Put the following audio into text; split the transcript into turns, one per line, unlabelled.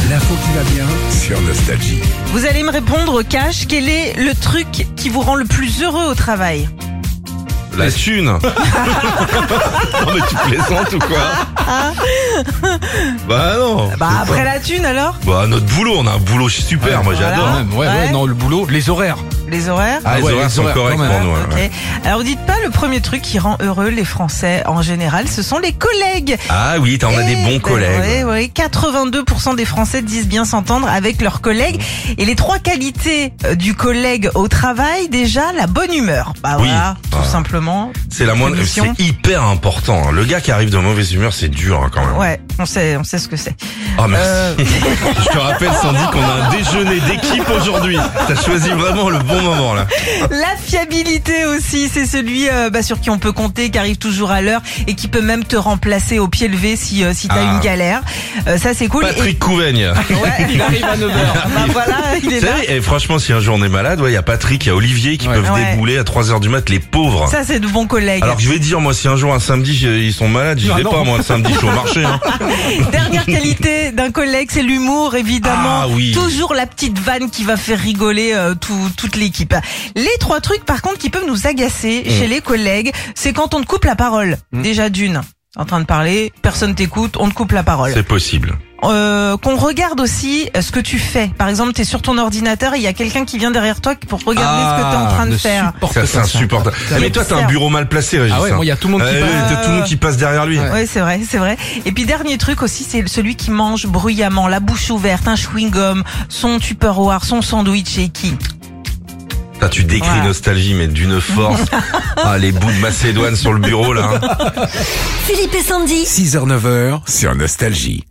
va bien
sur Nostalgie.
Vous allez me répondre, Cash, quel est le truc qui vous rend le plus heureux au travail
La thune Non mais tu plaisantes ou quoi Bah non
Bah après la thune alors
Bah notre boulot, on a un boulot super,
Ouais,
moi
voilà.
j'adore.
Ah,
Même, ouais,
ouais.
ouais, non, le boulot, les horaires.
Les horaires
Ah, les
ouais,
horaires
les
sont
horaires,
corrects
quand même.
pour nous. hein. ouais,
Ok.
Ah, ouais.
Alors dites pas le premier truc qui rend heureux les Français en général, ce sont les collègues.
Ah oui, t'en as des
Eh
bons
ben,
collègues.
ouais, ouais, 82% des Français disent bien s'entendre avec leurs collègues. Et les trois qualités euh, du collègue au travail, déjà la bonne humeur. Bah
Oui.
voilà, tout
Ah.
simplement.
C'est la moindre,
Commission.
c'est hyper important. hein. Le gars qui arrive de mauvaise humeur, c'est dur hein, quand même.
Ouais, on sait, on sait ce que c'est.
Oh merci.
Euh.
Je te rappelle Sandy qu'on a un déjeuner d'équipe aujourd'hui. T'as choisi vraiment le bon moment là.
La fiabilité aussi, c'est celui euh, bah, sur qui on peut compter, qui arrive toujours à l'heure et qui peut même te remplacer au pied levé si, euh, si t'as
Ah.
une galère. Euh, ça c'est cool.
Patrick Couvegne.
Et- ouais.
Il arrive à 9h.
Ah, bah, voilà, il est
Tu
là.
sais, Et franchement, si un jour on est malade, il y a Patrick, il y a Olivier qui
Ouais.
peuvent
Ouais.
débouler à 3h du mat, les pauvres.
Ça c'est de bons collègues.
Alors je vais dire, moi, si un jour un samedi j'ai- ils sont malades, j'y
Ah
vais
non.
pas, moi, un samedi, je suis au marché. hein.
Dernière qualité d'un collègue, c'est l'humour, évidemment.
Ah oui.
Toujours la petite vanne qui va faire rigoler euh, tout- toute l'équipe. Les trois trucs, par contre, qui peuvent nous agacer
Mm.
chez les collègues, c'est quand on te coupe la parole. Déjà d'une, t'es en train de parler, personne t'écoute, on te coupe la parole.
C'est possible.
Euh, qu'on regarde aussi euh, ce que tu fais. Par exemple, t'es sur ton ordinateur et il y a quelqu'un qui vient derrière toi pour regarder ce que t'es en train de faire.
Ça, c'est insupportable.
Ah,
Mais toi, t'as un bureau mal placé, Régis.
Ah ouais,
hein.
moi, il y a tout le monde qui
Ouais,
passe.
ouais, t'as tout le monde qui passe derrière lui.
Ouais.
Ouais, c'est vrai, c'est vrai. Et puis dernier truc aussi, c'est celui qui mange bruyamment, la bouche ouverte, un chewing-gum, son tupperware, son sandwich et qui.
Putain, tu décris
Voilà.
Nostalgie, mais d'une force. ah, les bouts de Macédoine sur le bureau, là. hein.
Philippe et Sandy.
6h-9h sur Nostalgie.